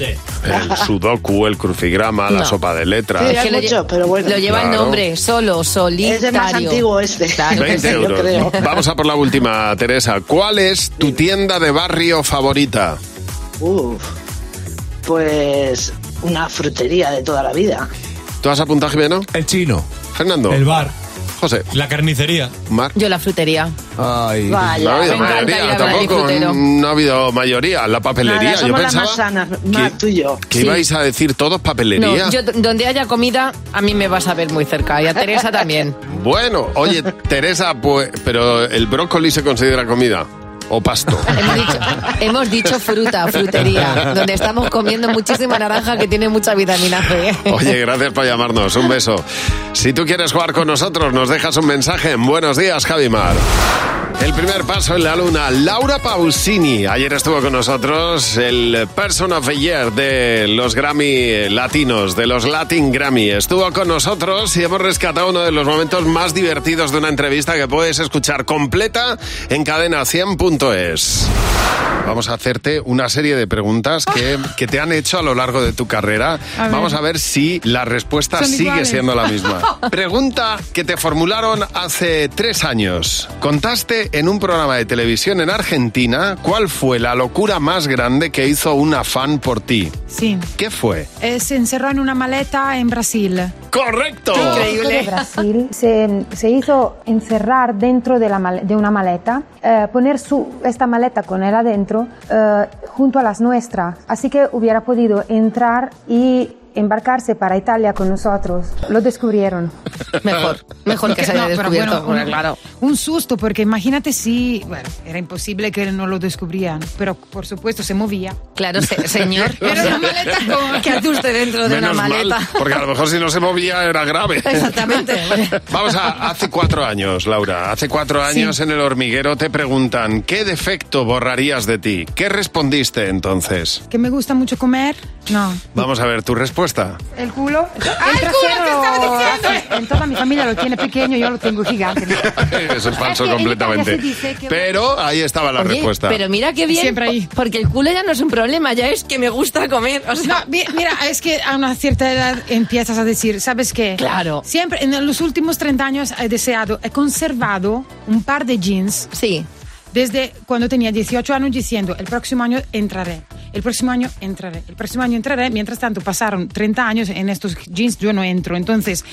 El sudoku, el crucigrama, la
No.
sopa de letras.
Es que lo lle- Lo lleva el
Claro.
nombre, solo, solitario. Es el más antiguo
este.
Claro,
20
que sí,
euros. Vamos a por la última, Teresa. ¿Cuál es tu tienda de barrio favorita?
Uf. Pues una frutería de toda la vida.
¿Tú has apuntado, Jimeno?
El chino.
Fernando.
El bar.
José.
La carnicería.
Mar.
Yo la frutería.
Ay.
Vaya,
no ha habido
me encanta ir
mayoría
a Madrid
tampoco.
frutero.
No ha habido mayoría. La papelería.
Nada,
yo
somos las
pensaba
más sanas, más
que-
tú y yo.
que
Sí.
ibais a decir todos
No,
papelería.
yo, donde haya comida, a mí me vas a ver muy cerca. Y a Teresa también.
Bueno, oye, Teresa, pues, pero el brócoli se considera comida. O pasto.
Hemos dicho fruta, frutería, donde estamos comiendo muchísima naranja que tiene mucha vitamina C.
Oye, gracias por llamarnos. Un beso. Si tú quieres jugar con nosotros, nos dejas un mensaje en Buenos Días, Javimar. El primer paso en la luna, Laura Pausini. Ayer estuvo con nosotros el Person of the Year de los Grammy Latinos, de los Latin Grammy. Estuvo con nosotros y hemos rescatado uno de los momentos más divertidos de una entrevista que puedes escuchar completa en cadena100.es. Vamos a hacerte una serie de preguntas que, que te han hecho a lo largo de tu carrera.
A ver.
Vamos a ver si la respuesta
Son
sigue
iguales.
siendo la misma. Pregunta que te formularon hace tres años. Contaste en un programa de televisión en Argentina cuál fue la locura más grande que hizo una fan por ti.
Sí.
¿Qué fue?
Eh, se encerró en una maleta en Brasil.
¡Correcto!
Increíble.
de Brasil se, se hizo encerrar dentro de, la mal- de una maleta, eh, poner su, esta maleta con él adentro eh, junto a las nuestras, así que hubiera podido entrar y embarcarse para Italia con nosotros. Lo descubrieron.
Mejor, mejor que se haya
No, pero
descubierto.
bueno,
porque
un-
claro.
Un susto, porque imagínate si, bueno, era imposible que no lo descubrían, pero por supuesto se movía.
Claro, se- señor.
Era una maleta con...
¿Qué hace usted dentro de
Menos
una maleta?
mal, porque a lo mejor si no se movía era grave.
Exactamente.
Vamos a hace cuatro años, Laura. Hace cuatro años en el hormiguero te preguntan qué defecto borrarías de ti. ¿Qué respondiste entonces?
Que me gusta mucho comer. No.
Vamos a ver tu respuesta.
El culo. el culo En toda mi familia lo tiene pequeño, yo lo tengo gigante.
Eso es falso
Es que en
completamente.
Italia se dice que-
Pero ahí estaba la
Oye,
respuesta.
Pero mira qué bien.
Siempre ahí.
po- Porque el culo ya no es un problema, ya es que me gusta comer. O sea,
No, mi- mira, es que a una cierta edad empiezas a decir, ¿sabes qué?
Claro.
Siempre, en los últimos 30 años he deseado, he conservado un par de jeans.
Sí.
Desde cuando tenía 18 años diciendo, el próximo año entraré, el próximo año entraré, el próximo año entraré. Mientras tanto pasaron 30 años en estos jeans, yo no entro. Entonces,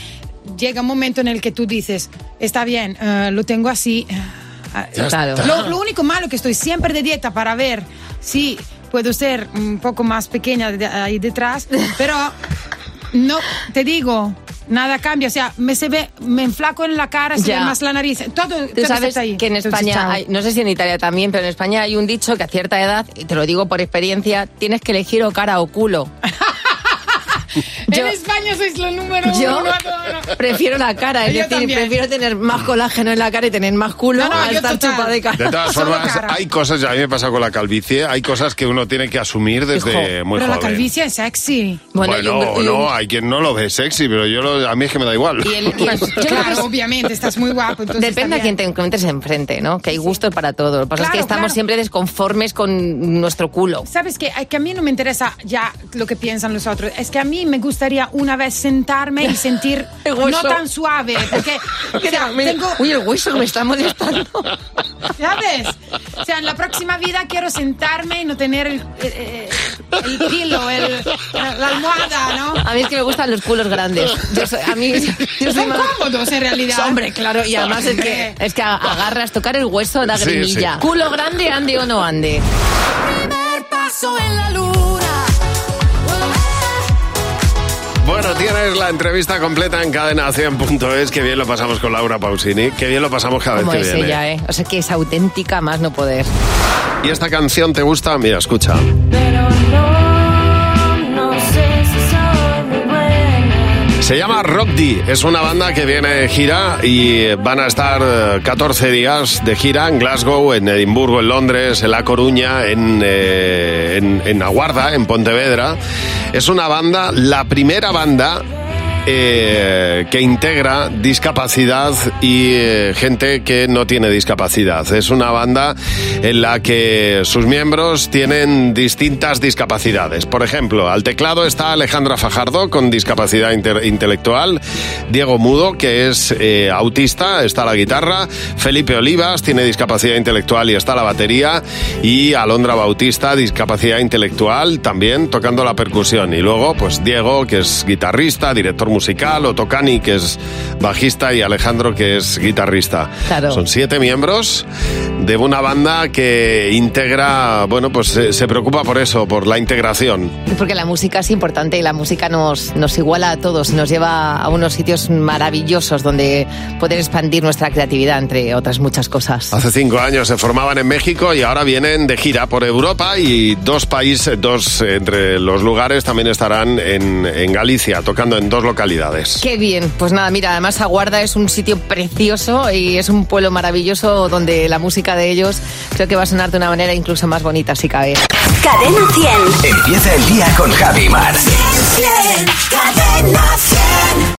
llega un momento en el que tú dices, está bien, eh, lo tengo así. Ah,
Ya Claro. está.
Lo, lo único malo que estoy siempre de dieta para ver si puedo ser un poco más pequeña de- ahí detrás, pero no, te digo, nada cambia. O sea, me se ve, me enflaco en la cara, se
Ya.
ve más la nariz. Todo, todo
Tú
está
sabes
ahí.
que en
Entonces,
España,
chao.
hay- no sé si en Italia también, pero en España hay un dicho que a cierta edad, y te lo digo por experiencia, tienes que elegir o cara o culo. Yo-
En España sois lo número
Yo
uno. a todo, no.
prefiero la cara, es
Yo
decir,
también.
prefiero tener más colágeno en la cara y tener más culo
No, no,
a
yo
estar
total.
chupada de cara.
De todas formas, hay cosas, a mí me pasa con la calvicie, hay cosas que uno tiene que asumir desde
Hijo,
eh, muy
pero la
joven.
calvicie es sexy.
Bueno, no, hay quien no lo ve sexy, pero yo lo- a mí es que me da igual.
Y el- y el- pues, yo creo que
Claro,
es-
obviamente, estás muy guapo. Entonces
Depende a
también.
quién te encuentres enfrente, ¿no? Que hay gustos para todo. Lo que pasa es que
Claro,
estamos
claro.
siempre desconformes con nuestro culo.
Sabes que, que a mí no me interesa ya lo que piensan los otros. Es que a mí me gustaría una vez sentarme y sentir
El hueso.
no tan suave. Porque o sea,
Mira, mira,
tengo,
Uy, el hueso me está molestando.
¿sabes? O sea, en la próxima vida quiero sentarme y no tener el, eh, eh, el pilo, el- la almohada, ¿no?
A mí es que me gustan los culos grandes. Yo soy- a mí, yo soy
Son
más-
cómodos, en realidad.
Hombre, claro, y además es que, es que agarras, tocar el hueso da
Sí,
grimilla.
sí.
Culo grande, ande o no ande.
Paso en la luna.
Bueno, tienes la entrevista completa en cadena100.es. Qué bien lo pasamos con Laura Pausini. Qué bien lo pasamos cada vez
Como
que
es
viene.
ella, ¿eh? O sea que es auténtica más no poder.
¿Y esta canción te gusta? Mira, escucha.
Pero no, no sé si soy muy buena.
Se llama Rock D. Es una banda que viene de gira y eh, van a estar eh, 14 días de gira en Glasgow, en Edimburgo, en Londres, en La Coruña, en, eh, en, en Aguarda, en Pontevedra. Es una banda, la primera banda eh, que integra discapacidad y eh, gente que no tiene discapacidad. Es una banda en la que sus miembros tienen distintas discapacidades. Por ejemplo, al teclado está Alejandra Fajardo con discapacidad inte- intelectual, Diego Mudo, que es eh, autista, está la guitarra, Felipe Olivas tiene discapacidad intelectual y está la batería, y Alondra Bautista, discapacidad intelectual, también tocando la percusión. Y luego, pues Diego, que es guitarrista, director musical, Otocani, que es bajista, y Alejandro, que es guitarrista.
Claro.
Son siete miembros de una banda que integra, bueno, pues se, se preocupa por eso, por la integración.
Porque la música es importante y la música nos, nos iguala a todos, nos lleva a unos sitios maravillosos donde poder expandir nuestra creatividad, entre otras muchas cosas.
Hace cinco años se formaban en México y ahora vienen de gira por Europa y dos países, dos eh, entre los lugares también estarán en, en Galicia, tocando en dos localidades.
Qué bien, pues nada, mira, además Aguarda es un sitio precioso y es un pueblo maravilloso donde la música de ellos creo que va a sonar de una manera incluso más bonita si cabe.
Cadena 100.
Empieza el día con Javi Mar.
Cadena 100.